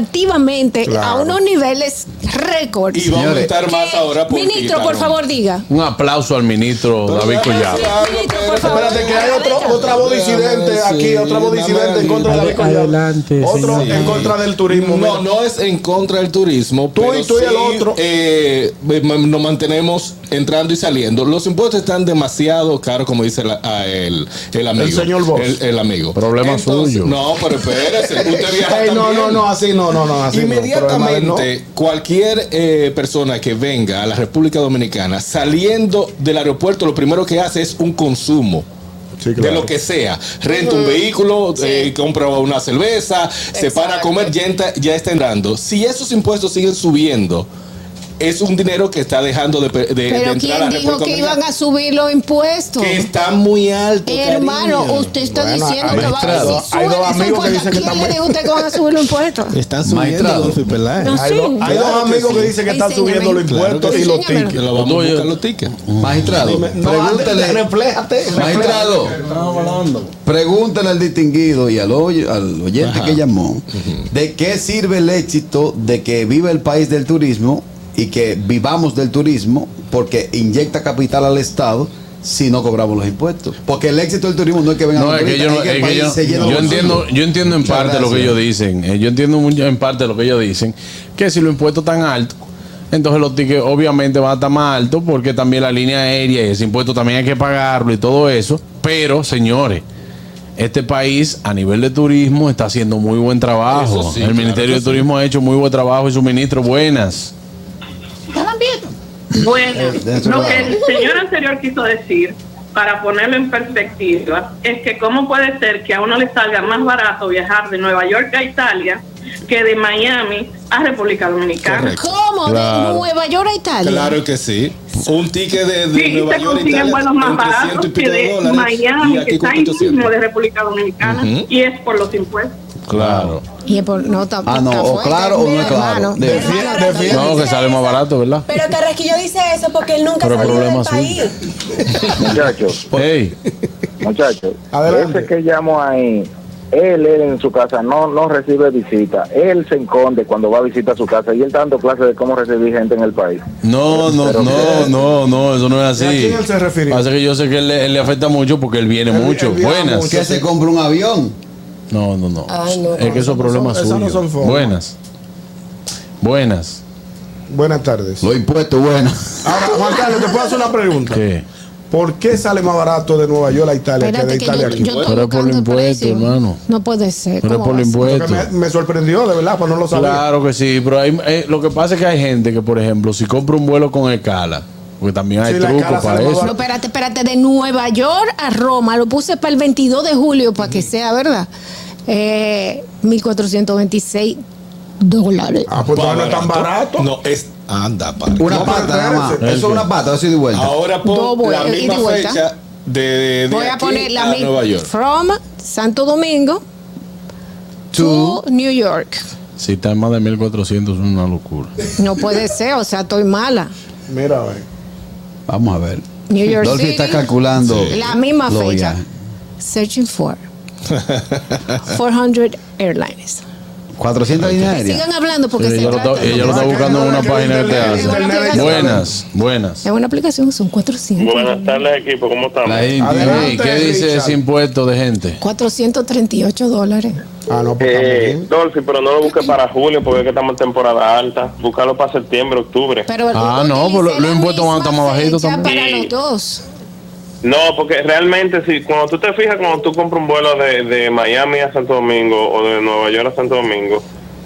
[SPEAKER 7] significativamente a
[SPEAKER 4] Claro.
[SPEAKER 7] unos niveles récord.
[SPEAKER 8] Y va a aumentar más ahora porque
[SPEAKER 7] Ministro, por
[SPEAKER 8] quitaron.
[SPEAKER 7] favor, diga.
[SPEAKER 2] Un aplauso al ministro David Collado.
[SPEAKER 7] Ministro, por favor.
[SPEAKER 4] Espérate, que hay otro, otra voz disidente aquí, otra voz disidente en contra de David Collado.
[SPEAKER 10] Adelante,
[SPEAKER 4] Otro
[SPEAKER 10] señor.
[SPEAKER 4] en contra del
[SPEAKER 8] No,
[SPEAKER 4] turismo. mira.
[SPEAKER 8] no es en contra del turismo.
[SPEAKER 4] Tú y-
[SPEAKER 8] pero
[SPEAKER 4] tú y el
[SPEAKER 8] sí,
[SPEAKER 4] otro.
[SPEAKER 8] eh, ma- nos mantenemos entrando y saliendo. Los impuestos están demasiado caros, como dice la- a el, el amigo.
[SPEAKER 4] El señor Vox.
[SPEAKER 8] El, el amigo.
[SPEAKER 2] Problema suyo.
[SPEAKER 8] No, pero espérese. Usted viaja
[SPEAKER 4] Ey, no,
[SPEAKER 8] también.
[SPEAKER 4] no, no, así no, no, no, así no.
[SPEAKER 8] Inmediatamente,
[SPEAKER 4] Ah, Pero, hermano,
[SPEAKER 8] cualquier eh, persona que venga a la República Dominicana saliendo del aeropuerto, lo primero que hace es un consumo.
[SPEAKER 4] Sí, claro.
[SPEAKER 8] De lo que sea, renta un vehículo, eh, compra una cerveza, se para a comer, ya, entra- ya está entrando. Si esos impuestos siguen subiendo, es un dinero que está dejando de, pe- de- de
[SPEAKER 7] Pero
[SPEAKER 8] entrar a la
[SPEAKER 7] ¿quién dijo
[SPEAKER 8] República
[SPEAKER 7] que iban
[SPEAKER 8] Dominicana,
[SPEAKER 7] a subir los impuestos?
[SPEAKER 8] que está muy alto.
[SPEAKER 7] Hermano,
[SPEAKER 8] cariño.
[SPEAKER 7] usted está
[SPEAKER 4] Bueno,
[SPEAKER 7] diciendo
[SPEAKER 4] hay
[SPEAKER 7] que van a
[SPEAKER 4] dos- hay
[SPEAKER 7] subir
[SPEAKER 4] dos
[SPEAKER 7] los
[SPEAKER 4] amigos que
[SPEAKER 7] impuestos.
[SPEAKER 4] dicen que
[SPEAKER 7] ¿Quién le
[SPEAKER 4] están-
[SPEAKER 7] dijo a usted que van a subir los impuestos?
[SPEAKER 10] Están
[SPEAKER 1] Maestrado.
[SPEAKER 10] Peláez.
[SPEAKER 7] No
[SPEAKER 4] Hay,
[SPEAKER 7] sé.
[SPEAKER 4] do- hay dos amigos que dicen que están
[SPEAKER 7] Enséñame.
[SPEAKER 4] subiendo los
[SPEAKER 7] Claro
[SPEAKER 4] impuestos
[SPEAKER 7] que
[SPEAKER 4] y los
[SPEAKER 7] sí, señora.
[SPEAKER 8] Que
[SPEAKER 4] tickets.
[SPEAKER 8] lo vamos a
[SPEAKER 2] Oye.
[SPEAKER 8] buscar los tickets.
[SPEAKER 3] Magistrado,
[SPEAKER 4] Pregúntale,
[SPEAKER 3] pregúntele,
[SPEAKER 4] refléjate.
[SPEAKER 3] magistrado, pregúntale al distinguido y al, oy- al oyente que llamó de qué sirve el éxito de que viva el país del turismo y que vivamos del turismo porque inyecta capital al Estado si no cobramos los impuestos. Porque el éxito del turismo no es que vengan
[SPEAKER 2] No,
[SPEAKER 3] los
[SPEAKER 2] es que yo,
[SPEAKER 3] turistas,
[SPEAKER 2] no-
[SPEAKER 3] el
[SPEAKER 2] es que
[SPEAKER 3] país
[SPEAKER 2] yo,
[SPEAKER 3] se llena
[SPEAKER 2] yo
[SPEAKER 3] los
[SPEAKER 2] entiendo,
[SPEAKER 3] bolsillos.
[SPEAKER 2] yo entiendo en
[SPEAKER 3] Muchas
[SPEAKER 2] parte lo que
[SPEAKER 3] gracias.
[SPEAKER 2] ellos dicen. Eh, Yo entiendo mucho en parte lo que ellos dicen. Que si los impuestos están altos, entonces los tickets obviamente van a estar más altos porque también la línea aérea y ese impuesto también hay que pagarlo y todo eso. Pero, señores, este país a nivel de turismo está haciendo muy buen trabajo.
[SPEAKER 8] Eso sí,
[SPEAKER 2] El
[SPEAKER 8] claro
[SPEAKER 2] Ministerio
[SPEAKER 8] que
[SPEAKER 2] de Turismo ha hecho muy buen trabajo y su ministro, buenas.
[SPEAKER 9] Bueno,
[SPEAKER 3] de su
[SPEAKER 9] lo
[SPEAKER 3] lado.
[SPEAKER 9] que el señor anterior quiso decir, para ponerlo en perspectiva, es que cómo puede ser que a uno le salga más barato viajar de Nueva York a Italia que de Miami a República Dominicana.
[SPEAKER 8] Correcto.
[SPEAKER 7] ¿Cómo?
[SPEAKER 2] Claro.
[SPEAKER 7] ¿De Nueva York a Italia?
[SPEAKER 8] Claro que sí. Un ticket de, de
[SPEAKER 9] Sí,
[SPEAKER 8] Nueva
[SPEAKER 9] se
[SPEAKER 8] York
[SPEAKER 9] consiguen vuelos más baratos que de Miami, que está ahí mismo de República Dominicana,
[SPEAKER 8] Ujú.
[SPEAKER 9] y es por los impuestos.
[SPEAKER 2] Claro.
[SPEAKER 7] Y es por- no, está,
[SPEAKER 3] Ah, no,
[SPEAKER 7] está
[SPEAKER 3] o
[SPEAKER 7] fuerte,
[SPEAKER 3] claro o no
[SPEAKER 7] mira,
[SPEAKER 3] es claro.
[SPEAKER 7] hermano.
[SPEAKER 3] De-
[SPEAKER 7] Hermano,
[SPEAKER 3] Defiende-
[SPEAKER 7] hermano,
[SPEAKER 3] defiende.
[SPEAKER 7] hermano.
[SPEAKER 2] No, que sale más barato, ¿verdad?
[SPEAKER 5] Pero Carrasquillo dice eso porque él nunca
[SPEAKER 2] Pero el
[SPEAKER 5] salió
[SPEAKER 2] problema
[SPEAKER 5] del
[SPEAKER 2] es
[SPEAKER 5] país.
[SPEAKER 6] Muchachos,
[SPEAKER 2] Ey,
[SPEAKER 6] muchachos,
[SPEAKER 4] Adelante.
[SPEAKER 6] ese que llamo ahí, él, él en su casa no, no recibe visita, él se esconde cuando va a visitar su casa y él dando clases de cómo recibir gente en el país.
[SPEAKER 3] pues,
[SPEAKER 2] No, no,
[SPEAKER 6] Pero-
[SPEAKER 2] no, no, no, eso no es así.
[SPEAKER 4] ¿Y a quién él se refirió?
[SPEAKER 2] Pasa que yo sé que él, le- él le afecta mucho porque él viene
[SPEAKER 4] Él-
[SPEAKER 2] mucho.
[SPEAKER 4] él viaja
[SPEAKER 2] Buenas.
[SPEAKER 4] mucho.
[SPEAKER 3] Que se compre un avión.
[SPEAKER 2] No, no, no.
[SPEAKER 5] Ay, no, no,
[SPEAKER 2] es que esos
[SPEAKER 5] esas no
[SPEAKER 2] problemas
[SPEAKER 4] son- esas no
[SPEAKER 2] suyos.
[SPEAKER 4] son formas.
[SPEAKER 2] Buenas. Buenas.
[SPEAKER 4] Buenas tardes.
[SPEAKER 3] Los impuestos, bueno.
[SPEAKER 4] Ahora, Juan Carlos, te puedo hacer una pregunta.
[SPEAKER 2] ¿Qué?
[SPEAKER 4] ¿Por qué sale más barato de Nueva York a Italia
[SPEAKER 7] Espérate que
[SPEAKER 4] que de Italia
[SPEAKER 7] yo,
[SPEAKER 4] aquí?
[SPEAKER 7] yo estoy
[SPEAKER 2] Pero es por
[SPEAKER 7] buscando el
[SPEAKER 2] impuesto,
[SPEAKER 7] precio.
[SPEAKER 2] hermano.
[SPEAKER 7] No puede ser.
[SPEAKER 2] Pero es
[SPEAKER 7] ¿cómo
[SPEAKER 2] por
[SPEAKER 7] va a
[SPEAKER 2] los
[SPEAKER 7] ser?
[SPEAKER 4] Porque
[SPEAKER 2] impuestos.
[SPEAKER 4] me, me sorprendió, de verdad, pues no lo sabía.
[SPEAKER 2] Claro que sí, pero hay, eh, lo que pasa es que hay gente que, por ejemplo, si compra un vuelo con escala, porque también hay
[SPEAKER 4] Sí, la escala
[SPEAKER 2] trucos para
[SPEAKER 4] sale más
[SPEAKER 2] eso.
[SPEAKER 7] No, espérate, espérate, de Nueva York a Roma, lo puse para el 22 de julio, para que sea, ¿verdad? Eh, 1426 dólares.
[SPEAKER 4] Ah, pues todavía no es tan barato.
[SPEAKER 8] No, es. Anda, para.
[SPEAKER 3] Una
[SPEAKER 4] No,
[SPEAKER 3] pata
[SPEAKER 4] pero
[SPEAKER 3] nada más.
[SPEAKER 4] espérese.
[SPEAKER 3] Ah, Eso es una pata, así de vuelta.
[SPEAKER 8] Ahora
[SPEAKER 7] Dos
[SPEAKER 8] por la
[SPEAKER 7] vuelos, ida y
[SPEAKER 8] misma
[SPEAKER 7] vuelta.
[SPEAKER 8] fecha de, de
[SPEAKER 7] Voy a
[SPEAKER 8] aquí
[SPEAKER 7] poner la
[SPEAKER 8] a
[SPEAKER 7] mi-
[SPEAKER 8] Nueva York.
[SPEAKER 7] From Santo Domingo
[SPEAKER 3] To-
[SPEAKER 2] Uh.
[SPEAKER 7] to New York.
[SPEAKER 2] Si está en más de 1400 es una locura.
[SPEAKER 7] No puede ser, o sea, estoy mala.
[SPEAKER 4] Mira, ve.
[SPEAKER 3] Vamos a ver.
[SPEAKER 7] New York
[SPEAKER 3] Dolphy
[SPEAKER 7] City.
[SPEAKER 3] está calculando.
[SPEAKER 7] La misma
[SPEAKER 3] los
[SPEAKER 7] fecha.
[SPEAKER 3] viajes.
[SPEAKER 7] Searching for
[SPEAKER 2] Eh.
[SPEAKER 7] 400 Airlines.
[SPEAKER 3] 400 líneas
[SPEAKER 7] Que
[SPEAKER 3] aéreas.
[SPEAKER 7] sigan hablando porque se
[SPEAKER 2] ella, Eh, lo
[SPEAKER 7] trata
[SPEAKER 2] está,
[SPEAKER 7] de-
[SPEAKER 2] ella lo está buscando en una página de
[SPEAKER 7] Bueno,
[SPEAKER 2] teatro.
[SPEAKER 7] aplicación.
[SPEAKER 2] Buenas, buenas.
[SPEAKER 7] Es una aplicación, son 400.
[SPEAKER 11] Buenas tardes, equipo. ¿Cómo estamos?
[SPEAKER 2] La Indy,
[SPEAKER 4] Adelante,
[SPEAKER 2] ey, ¿Qué dice
[SPEAKER 4] Richard.
[SPEAKER 2] ese impuesto de gente?
[SPEAKER 7] 438 dólares.
[SPEAKER 4] Ah, no, pues está
[SPEAKER 11] Eh,
[SPEAKER 4] bien.
[SPEAKER 11] Dolphy, pero no lo busques para julio porque es que estamos en temporada alta. Búscalo para septiembre, octubre.
[SPEAKER 7] Pero
[SPEAKER 2] Ah, no,
[SPEAKER 7] utilicé
[SPEAKER 2] pues lo-
[SPEAKER 7] la
[SPEAKER 2] los impuestos van a estar
[SPEAKER 7] misma
[SPEAKER 2] más bajitos
[SPEAKER 7] fecha
[SPEAKER 2] también.
[SPEAKER 7] Para
[SPEAKER 11] Sí.
[SPEAKER 7] los dos.
[SPEAKER 11] No, porque realmente, si cuando tú te fijas, cuando tú compras un vuelo de, de Miami a Santo Domingo o de Nueva York a Santo Domingo,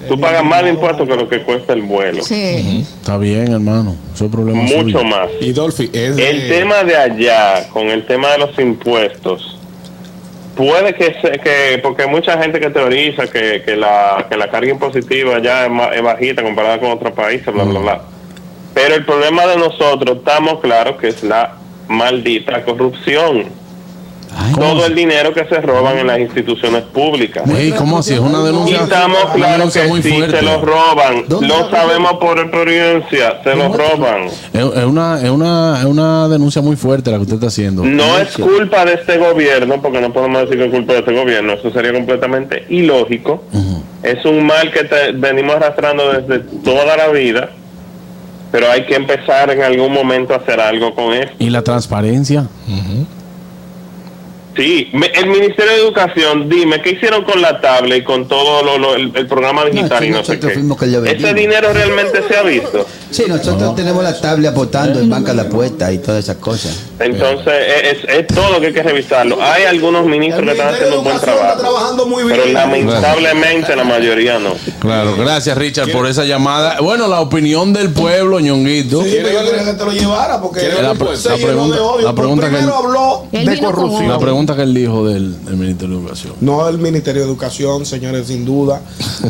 [SPEAKER 11] Tú pagas más de impuestos que lo que cuesta el vuelo.
[SPEAKER 7] Sí.
[SPEAKER 2] Está bien, hermano. Eso es problema
[SPEAKER 11] Mucho
[SPEAKER 2] suyo.
[SPEAKER 11] más.
[SPEAKER 8] Y Dolphy, es de-
[SPEAKER 11] El tema de allá, con el tema de los impuestos, puede que, se- que porque hay mucha gente que teoriza que, que la, que la carga impositiva allá es, ma- es bajita comparada con otros países, bla,
[SPEAKER 2] Mm.
[SPEAKER 11] bla, bla. Pero el problema de nosotros, estamos claros que es la maldita corrupción. Todo el dinero que se roban en las instituciones públicas.
[SPEAKER 2] Mm. Ey, ¿Cómo así? Es una
[SPEAKER 11] Y
[SPEAKER 2] denuncia.
[SPEAKER 11] estamos
[SPEAKER 2] una
[SPEAKER 11] claros
[SPEAKER 2] denuncia
[SPEAKER 11] que
[SPEAKER 2] muy
[SPEAKER 11] sí,
[SPEAKER 2] fuerte.
[SPEAKER 11] se los roban. Lo sabemos por experiencia, se los roban.
[SPEAKER 2] Es, es una, es, una, es una denuncia muy fuerte la que usted está haciendo. ¿Eh?
[SPEAKER 11] No es culpa de este gobierno, porque no podemos decir que es culpa de este gobierno, eso sería completamente ilógico. Es un mal que te- venimos arrastrando desde toda la vida, pero hay que empezar en algún momento a hacer algo con esto.
[SPEAKER 2] Y la transparencia.
[SPEAKER 11] Sí, me- el Ministerio de Educación, dime, ¿qué hicieron con la tablet y con todo lo, lo- el, el programa digital
[SPEAKER 3] que
[SPEAKER 11] y no sé
[SPEAKER 3] nosotros
[SPEAKER 11] qué? Este
[SPEAKER 3] fuimos que lo
[SPEAKER 11] ¿Ese
[SPEAKER 3] vendimos.
[SPEAKER 11] dinero realmente se ha visto?
[SPEAKER 3] Sí, nosotros tenemos la tabla apostando en banca de apuestas y todas esas cosas.
[SPEAKER 11] Entonces, es, es todo que hay que revisarlo. Hay algunos ministros que están haciendo un buen trabajo, pero lamentablemente la mayoría no.
[SPEAKER 2] Claro, gracias Richard por esa llamada. Bueno, la opinión del pueblo, ñonguito.
[SPEAKER 4] Sí, pero eh. yo quería que te lo llevara porque
[SPEAKER 2] ¿Quiere
[SPEAKER 4] él
[SPEAKER 2] la pre-
[SPEAKER 4] se
[SPEAKER 2] la
[SPEAKER 4] llenó
[SPEAKER 2] pregunta-
[SPEAKER 4] de odio.
[SPEAKER 2] la
[SPEAKER 4] Por
[SPEAKER 2] pregunta que
[SPEAKER 4] primero
[SPEAKER 2] él-
[SPEAKER 4] habló
[SPEAKER 7] Él
[SPEAKER 4] de
[SPEAKER 7] vino con
[SPEAKER 4] corrupción.
[SPEAKER 2] La pregunta que él dijo del, del ministro de Educación.
[SPEAKER 4] No el Ministerio de Educación, señores, sin duda.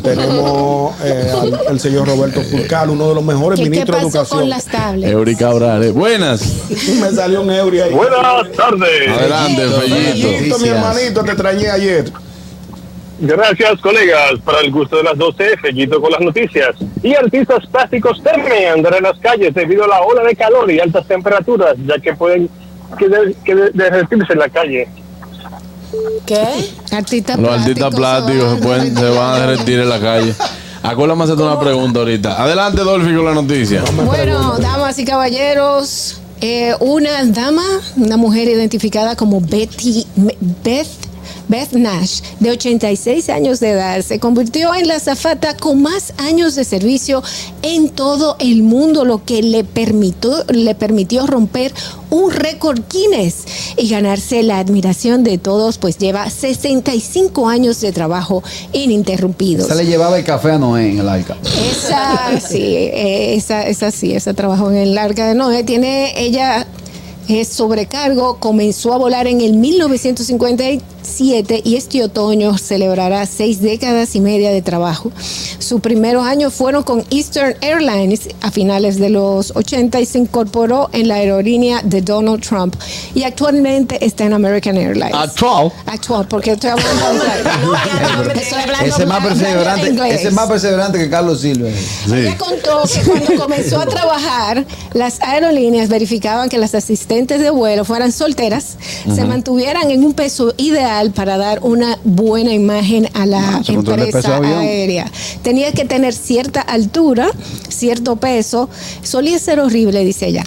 [SPEAKER 4] Tenemos eh, al el señor Roberto Furcal, uno de los mejores
[SPEAKER 7] ¿Qué, qué
[SPEAKER 4] ministros Pues, de
[SPEAKER 7] pasó
[SPEAKER 4] Educación.
[SPEAKER 7] con las tablets?
[SPEAKER 2] Eury Cabral, eh. buenas.
[SPEAKER 4] Me salió un eury ahí.
[SPEAKER 11] Buenas tardes.
[SPEAKER 2] Adelante, Fellito.
[SPEAKER 4] Fellito, mi hermanito, te extrañé ayer.
[SPEAKER 11] Gracias, colegas. Para el gusto de las 12, Fellito con las noticias. Y artistas plásticos terminan de las calles debido a la ola de calor y altas temperaturas, ya que pueden que de- que de- derretirse en la calle.
[SPEAKER 4] Eh,
[SPEAKER 5] ¿Qué?
[SPEAKER 7] ¿Eh? Artista
[SPEAKER 2] Los artistas plásticos se, pueden, se van a derretir en la calle. Acuérdame hacerte una pregunta ahorita. Adelante, Dolphy, con la noticia.
[SPEAKER 7] Bueno, damas y caballeros, eh, una dama, una mujer identificada como Betty Me- Beth. Beth Nash, de 86 años de edad, se convirtió en la azafata con más años de servicio en todo el mundo, lo que le permitió, le permitió romper un récord Guinness y ganarse la admiración de todos, pues lleva 65 años de trabajo ininterrumpidos.
[SPEAKER 3] Esa le llevaba el café a Noé en el arca.
[SPEAKER 7] Esa sí, eh, esa, esa sí, esa trabajó en el Arca de Noé. Tiene ella es sobrecargo, comenzó a volar en el 1957 y este otoño celebrará seis décadas y media de trabajo. Sus primeros años fueron con Eastern Airlines a finales de los 80 y se incorporó en la aerolínea de Donald Trump y actualmente está en American Airlines.
[SPEAKER 3] Actual.
[SPEAKER 7] Actual, porque estoy hablando inglés. Estoy hablando
[SPEAKER 3] Ese
[SPEAKER 7] bla-
[SPEAKER 3] es más
[SPEAKER 7] bla- bla-
[SPEAKER 3] perseverante,
[SPEAKER 7] inglés.
[SPEAKER 3] ese es más perseverante que Carlos Silva.
[SPEAKER 7] Ella contó que cuando comenzó a trabajar, las aerolíneas verificaban que las asistentes de vuelo fueran solteras, se
[SPEAKER 12] Ujú.
[SPEAKER 7] mantuvieran en un peso ideal para dar una buena imagen a la
[SPEAKER 12] Ah, se controla el peso
[SPEAKER 7] empresa
[SPEAKER 12] del avión.
[SPEAKER 7] aérea. Tenía que tener cierta altura, cierto peso. Solía ser horrible, dice ella.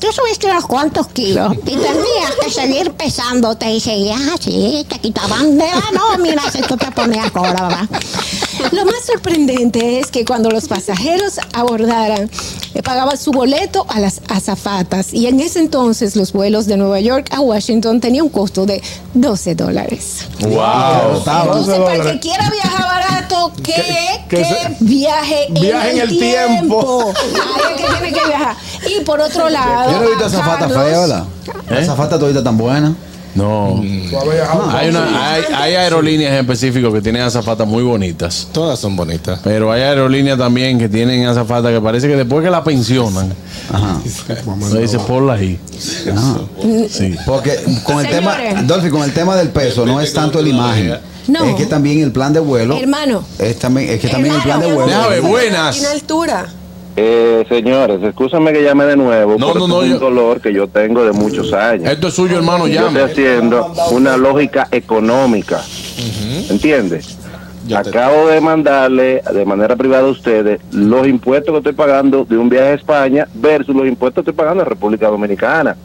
[SPEAKER 12] Tú subiste unos cuantos kilos y tenías que seguir pesándote y seguías así, te quitaban de la nómina Ah, si tú te ponías cobra, ¿verdad?
[SPEAKER 7] Lo más sorprendente es que cuando los pasajeros abordaran, le pagaban su boleto a las azafatas y en ese entonces los vuelos de Nueva York a Washington tenían un costo de 12 dólares.
[SPEAKER 2] Wow.
[SPEAKER 7] Entonces, para el que quiera viajar barato, que,
[SPEAKER 2] que
[SPEAKER 7] que
[SPEAKER 2] se-
[SPEAKER 7] viaje en
[SPEAKER 2] viaje
[SPEAKER 7] el,
[SPEAKER 2] en el
[SPEAKER 7] tiempo. Ahí es que tiene que viajar. Y por otro lado,
[SPEAKER 3] Yo no he visto
[SPEAKER 7] a
[SPEAKER 3] a Zafata
[SPEAKER 7] Carlos- ¿Eh?
[SPEAKER 3] fea, ¿verdad? La Zafata todavía tan buena.
[SPEAKER 2] No. Ah, Hay, una, hay, hay aerolíneas en específico que tienen azafatas muy bonitas.
[SPEAKER 8] Todas son bonitas.
[SPEAKER 2] Pero hay aerolíneas también que tienen azafatas que parece que después que la pensionan, le dice por la I.
[SPEAKER 8] Ah.
[SPEAKER 2] Sí.
[SPEAKER 3] Porque con el tema,
[SPEAKER 7] Señores.
[SPEAKER 3] Dolphy, con el tema del peso, no es tanto la imagen.
[SPEAKER 7] No.
[SPEAKER 3] Es que también el plan de vuelo.
[SPEAKER 7] hermano,
[SPEAKER 3] Es, también, es que también el plan de
[SPEAKER 5] Hermano,
[SPEAKER 3] vuelo.
[SPEAKER 5] Déjame ver,
[SPEAKER 2] buenas.
[SPEAKER 5] Tiene altura.
[SPEAKER 6] Eh, señores, escúchame que llame de nuevo.
[SPEAKER 2] No,
[SPEAKER 6] pero
[SPEAKER 2] no,
[SPEAKER 6] esto
[SPEAKER 2] no,
[SPEAKER 6] es un
[SPEAKER 2] yo-
[SPEAKER 6] dolor que yo tengo de muchos años.
[SPEAKER 2] Esto es suyo, hermano,
[SPEAKER 6] yo
[SPEAKER 2] llame.
[SPEAKER 6] estoy haciendo una lógica económica. ¿Entiendes? Acabo de mandarle de manera privada a ustedes los impuestos que estoy pagando de un viaje a España versus los impuestos que estoy pagando a República Dominicana.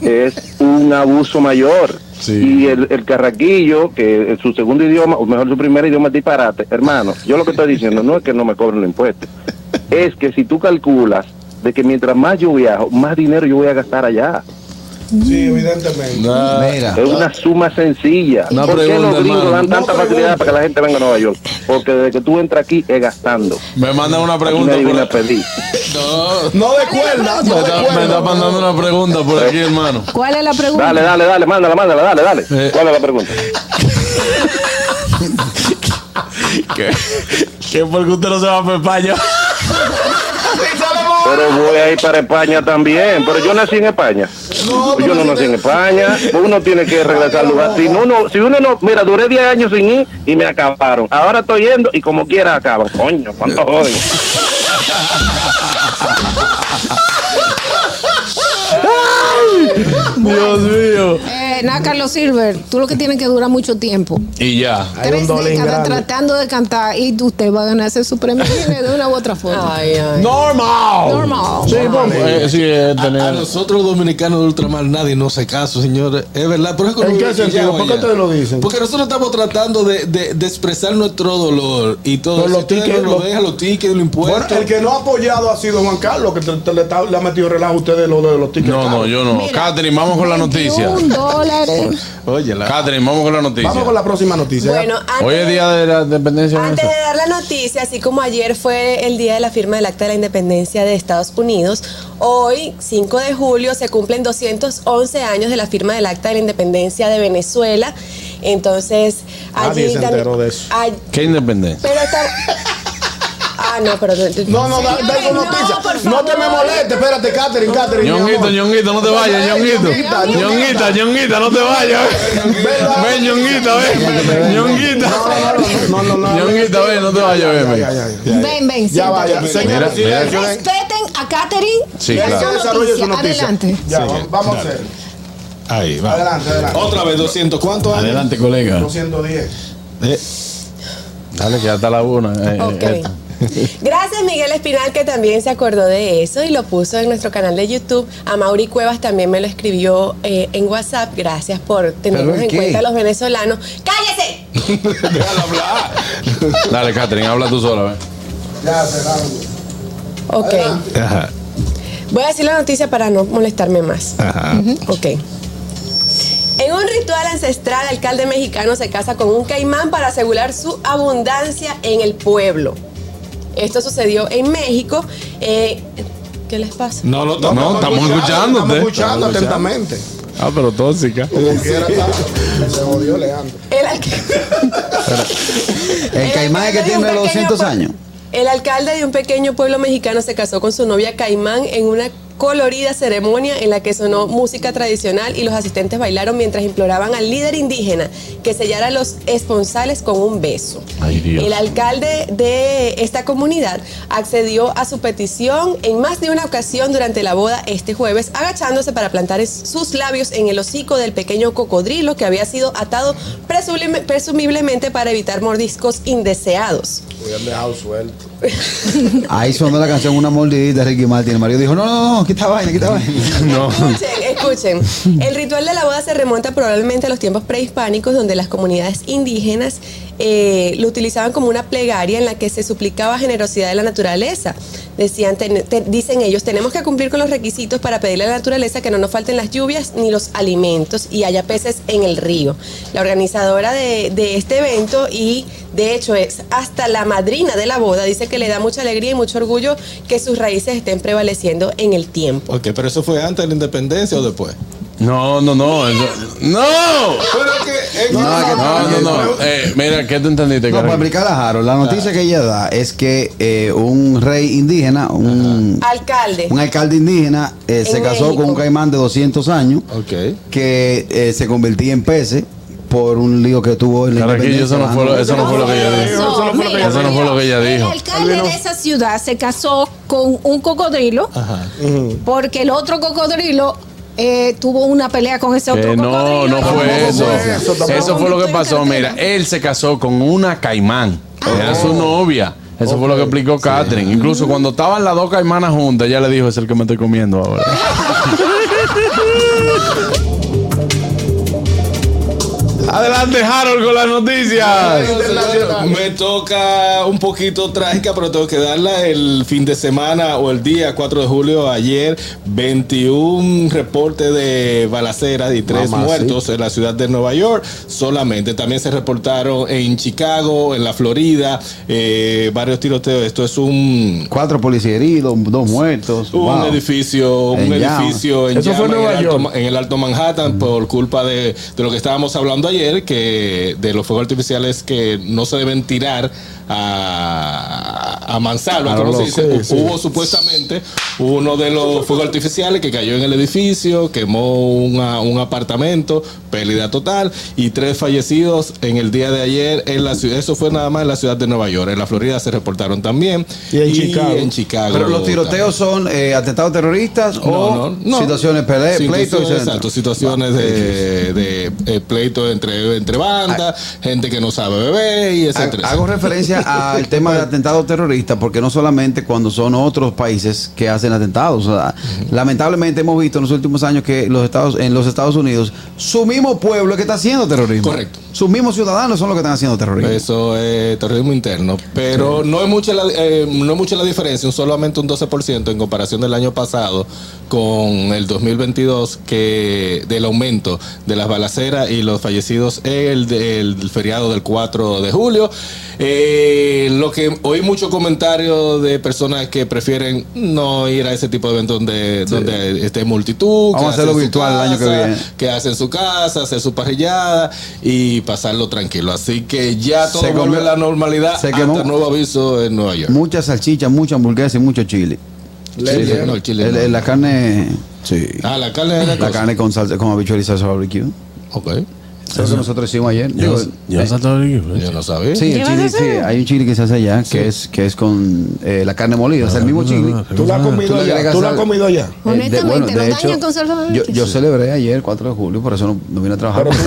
[SPEAKER 6] es un abuso mayor. Y el, el carraquillo, que es su segundo idioma, o mejor su primer idioma, es disparate. Hermano, yo lo que estoy diciendo no es que no me cobren los impuestos, es que si tú calculas de que mientras más yo viajo, más dinero yo voy a gastar allá.
[SPEAKER 4] Sí,
[SPEAKER 2] Mm.
[SPEAKER 4] evidentemente.
[SPEAKER 6] Mira. Es una suma sencilla.
[SPEAKER 4] Una
[SPEAKER 6] ¿Por qué
[SPEAKER 4] pregunta,
[SPEAKER 6] los gringos
[SPEAKER 4] hermano.
[SPEAKER 6] dan
[SPEAKER 4] Una
[SPEAKER 6] tanta facilidad para que la gente venga a Nueva York? Porque desde que tú entras aquí es gastando.
[SPEAKER 2] Me mandan una
[SPEAKER 6] pregunta.
[SPEAKER 4] No de cuerda,
[SPEAKER 2] Me
[SPEAKER 4] no de
[SPEAKER 2] está, me
[SPEAKER 4] cuerda.
[SPEAKER 2] está mandando una pregunta por aquí, hermano.
[SPEAKER 7] ¿Cuál es la pregunta?
[SPEAKER 6] Dale, dale, dale, mándala, mándala, dale, dale. ¿Cuál es
[SPEAKER 2] Eh.
[SPEAKER 6] la pregunta?
[SPEAKER 2] ¿Qué? ¿Qué por qué usted no se va para España?
[SPEAKER 6] Pero voy a ir para España también. Pero yo nací en España. Pues yo no nací en España. Uno tiene que regresar al lugar. Si uno, si uno no, mira, duré 10 años sin ir y me acabaron. Ahora estoy yendo y como quiera acaban. Coño, cuánto joden.
[SPEAKER 2] Dios mío.
[SPEAKER 7] Eh, nada, Carlos Silver, tú lo que tienes que durar mucho tiempo.
[SPEAKER 2] Y ya.
[SPEAKER 7] Tres décadas tratando de cantar y usted va a ganarse su premio Grammy de una u otra forma.
[SPEAKER 2] Normal.
[SPEAKER 7] Normal.
[SPEAKER 2] Sí, pues, eh, sí, eh, tener-
[SPEAKER 8] A nosotros los dominicanos de ultramar nadie nos hace caso, señores. Es verdad. Pero es que
[SPEAKER 4] ¿En
[SPEAKER 8] uno
[SPEAKER 4] qué
[SPEAKER 8] vive
[SPEAKER 4] sentido?
[SPEAKER 8] pillado
[SPEAKER 4] ¿Por qué
[SPEAKER 8] allá.
[SPEAKER 4] ustedes lo dicen?
[SPEAKER 8] Porque nosotros estamos tratando de, de- de expresar nuestro dolor y todo.
[SPEAKER 4] Por
[SPEAKER 8] eso.
[SPEAKER 4] los
[SPEAKER 8] Ustedes
[SPEAKER 4] tickets,
[SPEAKER 8] no
[SPEAKER 4] los-
[SPEAKER 8] nos dejan los tickets, los impuestos.
[SPEAKER 4] Bueno, el que no ha apoyado ha sido Juan Carlos, que te- te- le, está- le ha metido relajo a ustedes lo de los tickets.
[SPEAKER 2] No, no,
[SPEAKER 4] caros.
[SPEAKER 2] yo no. Catherine, vamos con la noticia.
[SPEAKER 7] dólares.
[SPEAKER 2] Oye, Catherine, vamos con la noticia.
[SPEAKER 4] Vamos con la próxima noticia.
[SPEAKER 5] Bueno, antes-
[SPEAKER 2] Hoy es día de la independencia.
[SPEAKER 5] Antes de dar la noticia, así como ayer fue el día de la firma del Acta de la Independencia de Estados Unidos, hoy, 5 de julio, se cumplen 211 años de la firma del Acta de la Independencia de Venezuela. Entonces,
[SPEAKER 2] Nadie
[SPEAKER 5] allí
[SPEAKER 2] se
[SPEAKER 5] también-
[SPEAKER 2] enteró de eso.
[SPEAKER 5] Ay,
[SPEAKER 2] ¿Qué independencia?
[SPEAKER 5] pero está- Ah, no, pero.
[SPEAKER 4] No, no, da, da
[SPEAKER 5] Señores,
[SPEAKER 4] esa
[SPEAKER 5] no,
[SPEAKER 4] noticia.
[SPEAKER 5] por
[SPEAKER 4] No, te
[SPEAKER 5] favor.
[SPEAKER 4] me molestes, espérate, Catherine, Catherine. mi
[SPEAKER 2] Ñonguito,
[SPEAKER 4] amor.
[SPEAKER 2] Ñonguito, no te vayas,
[SPEAKER 4] Eh,
[SPEAKER 2] Ñonguito.
[SPEAKER 4] Ñonguita,
[SPEAKER 2] Ñonguita, Ñonguita, no te vayas. Ven, Ñonguita, ven. Ñonguita. Ñonguita, ven, no te vayas, ven. ven.
[SPEAKER 7] Ven, ven.
[SPEAKER 4] Ya vaya,
[SPEAKER 7] siéntate.
[SPEAKER 4] señora,
[SPEAKER 2] Mira, mira.
[SPEAKER 4] silencio, ven.
[SPEAKER 7] Respeten a Catherine.
[SPEAKER 2] Sí,
[SPEAKER 7] y a
[SPEAKER 2] claro.
[SPEAKER 4] Desarrolle su noticia.
[SPEAKER 7] Adelante.
[SPEAKER 4] Ya,
[SPEAKER 8] Sí.
[SPEAKER 4] vamos a hacer.
[SPEAKER 8] Ahí, va.
[SPEAKER 4] Adelante, adelante.
[SPEAKER 8] Otra vez, 200. ¿Cuántos años?
[SPEAKER 2] Adelante, colega.
[SPEAKER 4] 210.
[SPEAKER 2] Eh, Dale, que ya está la una. eh,
[SPEAKER 5] Ok.
[SPEAKER 2] eh,
[SPEAKER 5] Gracias Miguel Espinal que también se acordó de eso y lo puso en nuestro canal de YouTube. A Mauri Cuevas también me lo escribió eh, en WhatsApp. Gracias por tenernos
[SPEAKER 2] ¿en
[SPEAKER 5] en
[SPEAKER 2] qué?
[SPEAKER 5] cuenta a los venezolanos. ¡Cállese!
[SPEAKER 2] Dale, Catherine, habla tú sola, ven.
[SPEAKER 4] Ya, cerramos.
[SPEAKER 5] Ok.
[SPEAKER 2] Ajá.
[SPEAKER 5] Voy a decir la noticia para no molestarme más. Ok. En un ritual ancestral, el alcalde mexicano se casa con un caimán para asegurar su abundancia en el pueblo. Esto sucedió en México. Eh, ¿Qué les pasa?
[SPEAKER 2] No, no, estamos, no, estamos escuchándote.
[SPEAKER 4] Estamos escuchando atentamente.
[SPEAKER 2] Ah, pero tóxica.
[SPEAKER 4] Se jodió Leandro.
[SPEAKER 5] El alca-
[SPEAKER 3] El caimán es que
[SPEAKER 5] alcalde de un
[SPEAKER 3] tiene los
[SPEAKER 5] pequeño
[SPEAKER 3] 200
[SPEAKER 5] pue-
[SPEAKER 3] años.
[SPEAKER 5] El alcalde de un pequeño pueblo mexicano se casó con su novia Caimán en una colorida ceremonia en la que sonó música tradicional y los asistentes bailaron mientras imploraban al líder indígena que sellara los esponsales con un beso.
[SPEAKER 2] Ay, Dios.
[SPEAKER 5] El alcalde de esta comunidad accedió a su petición en más de una ocasión durante la boda este jueves, agachándose para plantar es- sus labios en el hocico del pequeño cocodrilo que había sido atado presublime- presumiblemente para evitar mordiscos indeseados.
[SPEAKER 4] Hubieran dejado suelto.
[SPEAKER 3] Ahí sonó la canción Una mordidita de Ricky Martin. El marido dijo, no, no, no, quita vaina, quita vaina.
[SPEAKER 2] No.
[SPEAKER 5] Escuchen, escuchen. El ritual de la boda se remonta probablemente a los tiempos prehispánicos, donde las comunidades indígenas eh, lo utilizaban como una plegaria en la que se suplicaba generosidad de la naturaleza. Decían, ten- te- dicen ellos, tenemos que cumplir con los requisitos para pedirle a la naturaleza que no nos falten las lluvias ni los alimentos y haya peces en el río. La organizadora de, de este evento y de hecho es hasta la madrina de la boda dice que le da mucha alegría y mucho orgullo que sus raíces estén prevaleciendo en el tiempo.
[SPEAKER 8] Ok, pero eso fue antes de la independencia o después.
[SPEAKER 2] No, no, no. eso- ¡No!
[SPEAKER 8] No,
[SPEAKER 2] No, no, no. Eh, mira, ¿qué te entendiste,
[SPEAKER 3] No, para
[SPEAKER 2] Karen?
[SPEAKER 3] explicar a Harold, la noticia que ella da es que eh, un rey indígena, un,
[SPEAKER 5] Alcalde.
[SPEAKER 3] un alcalde indígena, eh,
[SPEAKER 5] En
[SPEAKER 3] se casó
[SPEAKER 5] México.
[SPEAKER 3] con un caimán de 200 años que eh, se convertía en peces por un lío que tuvo en la
[SPEAKER 2] Carraquillo, eso no fue lo, eso no fue lo que ella dijo.
[SPEAKER 7] Eso no fue lo que ella
[SPEAKER 2] Eso no fue lo que
[SPEAKER 6] Pues
[SPEAKER 2] ella
[SPEAKER 7] El
[SPEAKER 2] dijo.
[SPEAKER 7] alcalde de esa ciudad se casó con un cocodrilo porque el otro cocodrilo eh, tuvo una pelea con ese otro
[SPEAKER 2] Que Eh, no,
[SPEAKER 7] cocodrilo.
[SPEAKER 2] no fue eso.
[SPEAKER 4] eso, tampoco.
[SPEAKER 2] Eso fue lo que pasó. Mira, él se casó con una caimán.
[SPEAKER 7] Ah.
[SPEAKER 2] Era
[SPEAKER 7] Oh.
[SPEAKER 2] su novia. Eso fue lo que explicó Catherine. Incluso cuando estaban las dos caimanas juntas, ella le dijo, es el que me estoy comiendo ahora. Adelante, Harold, con las noticias.
[SPEAKER 8] Me toca un poquito trágica, pero tengo que darla el fin de semana o el día 4 de julio. Ayer, 21 reportes de balaceras y 3
[SPEAKER 3] Mamá,
[SPEAKER 8] muertos en la ciudad de Nueva York solamente. También se reportaron en Chicago, en la Florida, eh, varios tiroteos. Esto es un,
[SPEAKER 3] Cuatro policías heridos, dos muertos.
[SPEAKER 8] un
[SPEAKER 3] wow.
[SPEAKER 8] edificio, un
[SPEAKER 3] En llamas.
[SPEAKER 8] edificio en,
[SPEAKER 3] Eso fue en
[SPEAKER 8] llamas en,
[SPEAKER 3] Nueva
[SPEAKER 8] el alto,
[SPEAKER 3] York.
[SPEAKER 8] Ma- en el Alto Manhattan por culpa de, de lo que estábamos hablando ayer, que de los fuegos artificiales que no se deben tirar a, a mansalva,
[SPEAKER 2] A
[SPEAKER 8] como
[SPEAKER 2] lo
[SPEAKER 8] se
[SPEAKER 2] loco.
[SPEAKER 8] dice.
[SPEAKER 2] Sí, sí.
[SPEAKER 8] Hubo supuestamente uno de los fuegos artificiales que cayó en el edificio, quemó una- un apartamento, pérdida total y tres fallecidos en el día de ayer en la ciudad. Eso fue nada más en la ciudad de Nueva York. En la Florida se reportaron también. Y en
[SPEAKER 3] Chicago.
[SPEAKER 8] en Chicago
[SPEAKER 3] Pero los tiroteos son eh, atentados terroristas o
[SPEAKER 8] no, no.
[SPEAKER 3] situaciones pele-
[SPEAKER 8] Situaciones,
[SPEAKER 3] pleitos. etcétera.
[SPEAKER 8] Exacto, situaciones de, de, eh, pleitos entre, entre bandas, gente que no sabe beber y etcétera.
[SPEAKER 3] Ah. Hago referencia al tema de atentados terroristas, porque no solamente cuando son otros países que hacen atentados. o sea, lamentablemente hemos visto en los últimos años que los Estados, en los Estados Unidos, su mismo pueblo es que está haciendo terrorismo.
[SPEAKER 8] Correcto.
[SPEAKER 3] Sus mismos ciudadanos son los que están haciendo terrorismo.
[SPEAKER 8] Eso es terrorismo interno. Pero no es mucha la, eh, no es mucha la diferencia, un- solamente un 12% en comparación del año pasado con el 2022 que del aumento de las balaceras y los fallecidos el, el feriado del 4 de julio. Eh, lo que oí muchos comentarios de personas que prefieren no ir a ese tipo de eventos donde, donde esté multitud.
[SPEAKER 3] Vamos a
[SPEAKER 8] que
[SPEAKER 3] hacerlo
[SPEAKER 8] hacen su
[SPEAKER 3] virtual el año que
[SPEAKER 8] casa,
[SPEAKER 3] viene.
[SPEAKER 8] que hace en su casa, hacer su parrillada y pasarlo tranquilo. Así que ya todo
[SPEAKER 3] Se
[SPEAKER 8] vuelve
[SPEAKER 3] comió-
[SPEAKER 8] a la normalidad Ah,
[SPEAKER 3] se
[SPEAKER 8] hasta
[SPEAKER 3] quemó.
[SPEAKER 8] nuevo aviso en Nueva York.
[SPEAKER 3] Mucha salchicha, mucha hamburguesa y mucho chile.
[SPEAKER 8] Chile,
[SPEAKER 3] Sí,
[SPEAKER 8] no, el chile
[SPEAKER 3] el-
[SPEAKER 8] no.
[SPEAKER 3] el- La carne. Sí.
[SPEAKER 8] Ah, la carne de la
[SPEAKER 3] La
[SPEAKER 8] cosa.
[SPEAKER 3] carne con, salsa, con habichuela y salsa barbecue.
[SPEAKER 8] Ok.
[SPEAKER 3] Eso es lo que nosotros hicimos ayer. Digo,
[SPEAKER 2] Yo, yo,
[SPEAKER 3] eh,
[SPEAKER 2] yo
[SPEAKER 8] no sabía.
[SPEAKER 3] Sí, el chili, sí, hay un chili que se hace allá que es que es con eh, la carne molida, es el
[SPEAKER 2] Ah,
[SPEAKER 3] mismo chili.
[SPEAKER 4] ¿Tú la has comido
[SPEAKER 3] le
[SPEAKER 4] allá?
[SPEAKER 3] agregas
[SPEAKER 4] ¿Tú la
[SPEAKER 3] sal-
[SPEAKER 4] has comido allá?
[SPEAKER 3] Eh, de- bueno,
[SPEAKER 7] Honestamente,
[SPEAKER 3] de
[SPEAKER 7] no
[SPEAKER 3] hecho,
[SPEAKER 7] dañan con salsa
[SPEAKER 3] yo,
[SPEAKER 7] barbecue.
[SPEAKER 3] yo celebré ayer el 4 de julio, por eso no, no vine a trabajar.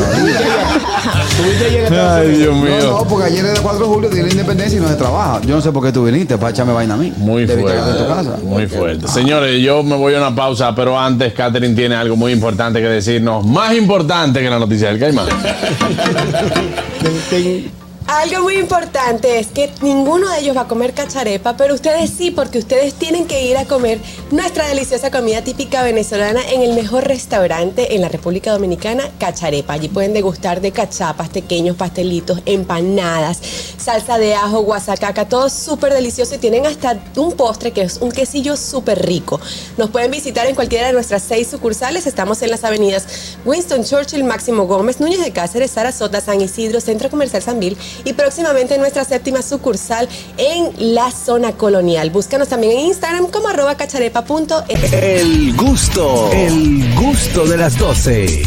[SPEAKER 2] Ay, Dios mío.
[SPEAKER 3] No, no, porque ayer era el 4 de julio, día de la independencia y no se trabaja. Yo no sé por qué tú viniste, para echarme vaina a mí.
[SPEAKER 2] Muy
[SPEAKER 3] Debiste
[SPEAKER 2] fuerte.
[SPEAKER 3] quedarte en tu casa.
[SPEAKER 2] Muy fuerte. Señores, yo me voy a una pausa, pero antes Catherine tiene algo muy importante que decirnos. Más importante que la noticia del Caimán.
[SPEAKER 5] Algo muy importante es que ninguno de ellos va a comer cacharepa, pero ustedes sí, porque ustedes tienen que ir a comer nuestra deliciosa comida típica venezolana en el mejor restaurante en la República Dominicana, Cacharepa. Allí pueden degustar de cachapas, pequeños pastelitos, empanadas, salsa de ajo, guasacaca, todo súper delicioso y tienen hasta un postre que es un quesillo súper rico. Nos pueden visitar en cualquiera de nuestras seis sucursales. Estamos en las avenidas Winston Churchill, Máximo Gómez, Núñez de Cáceres, Sarasota, San Isidro, Centro Comercial Sanvil y próximamente nuestra séptima sucursal en la zona colonial. Búscanos también en Instagram como
[SPEAKER 3] Eh,
[SPEAKER 5] arroba cacharepa.es.
[SPEAKER 1] El gusto, el gusto de las 12.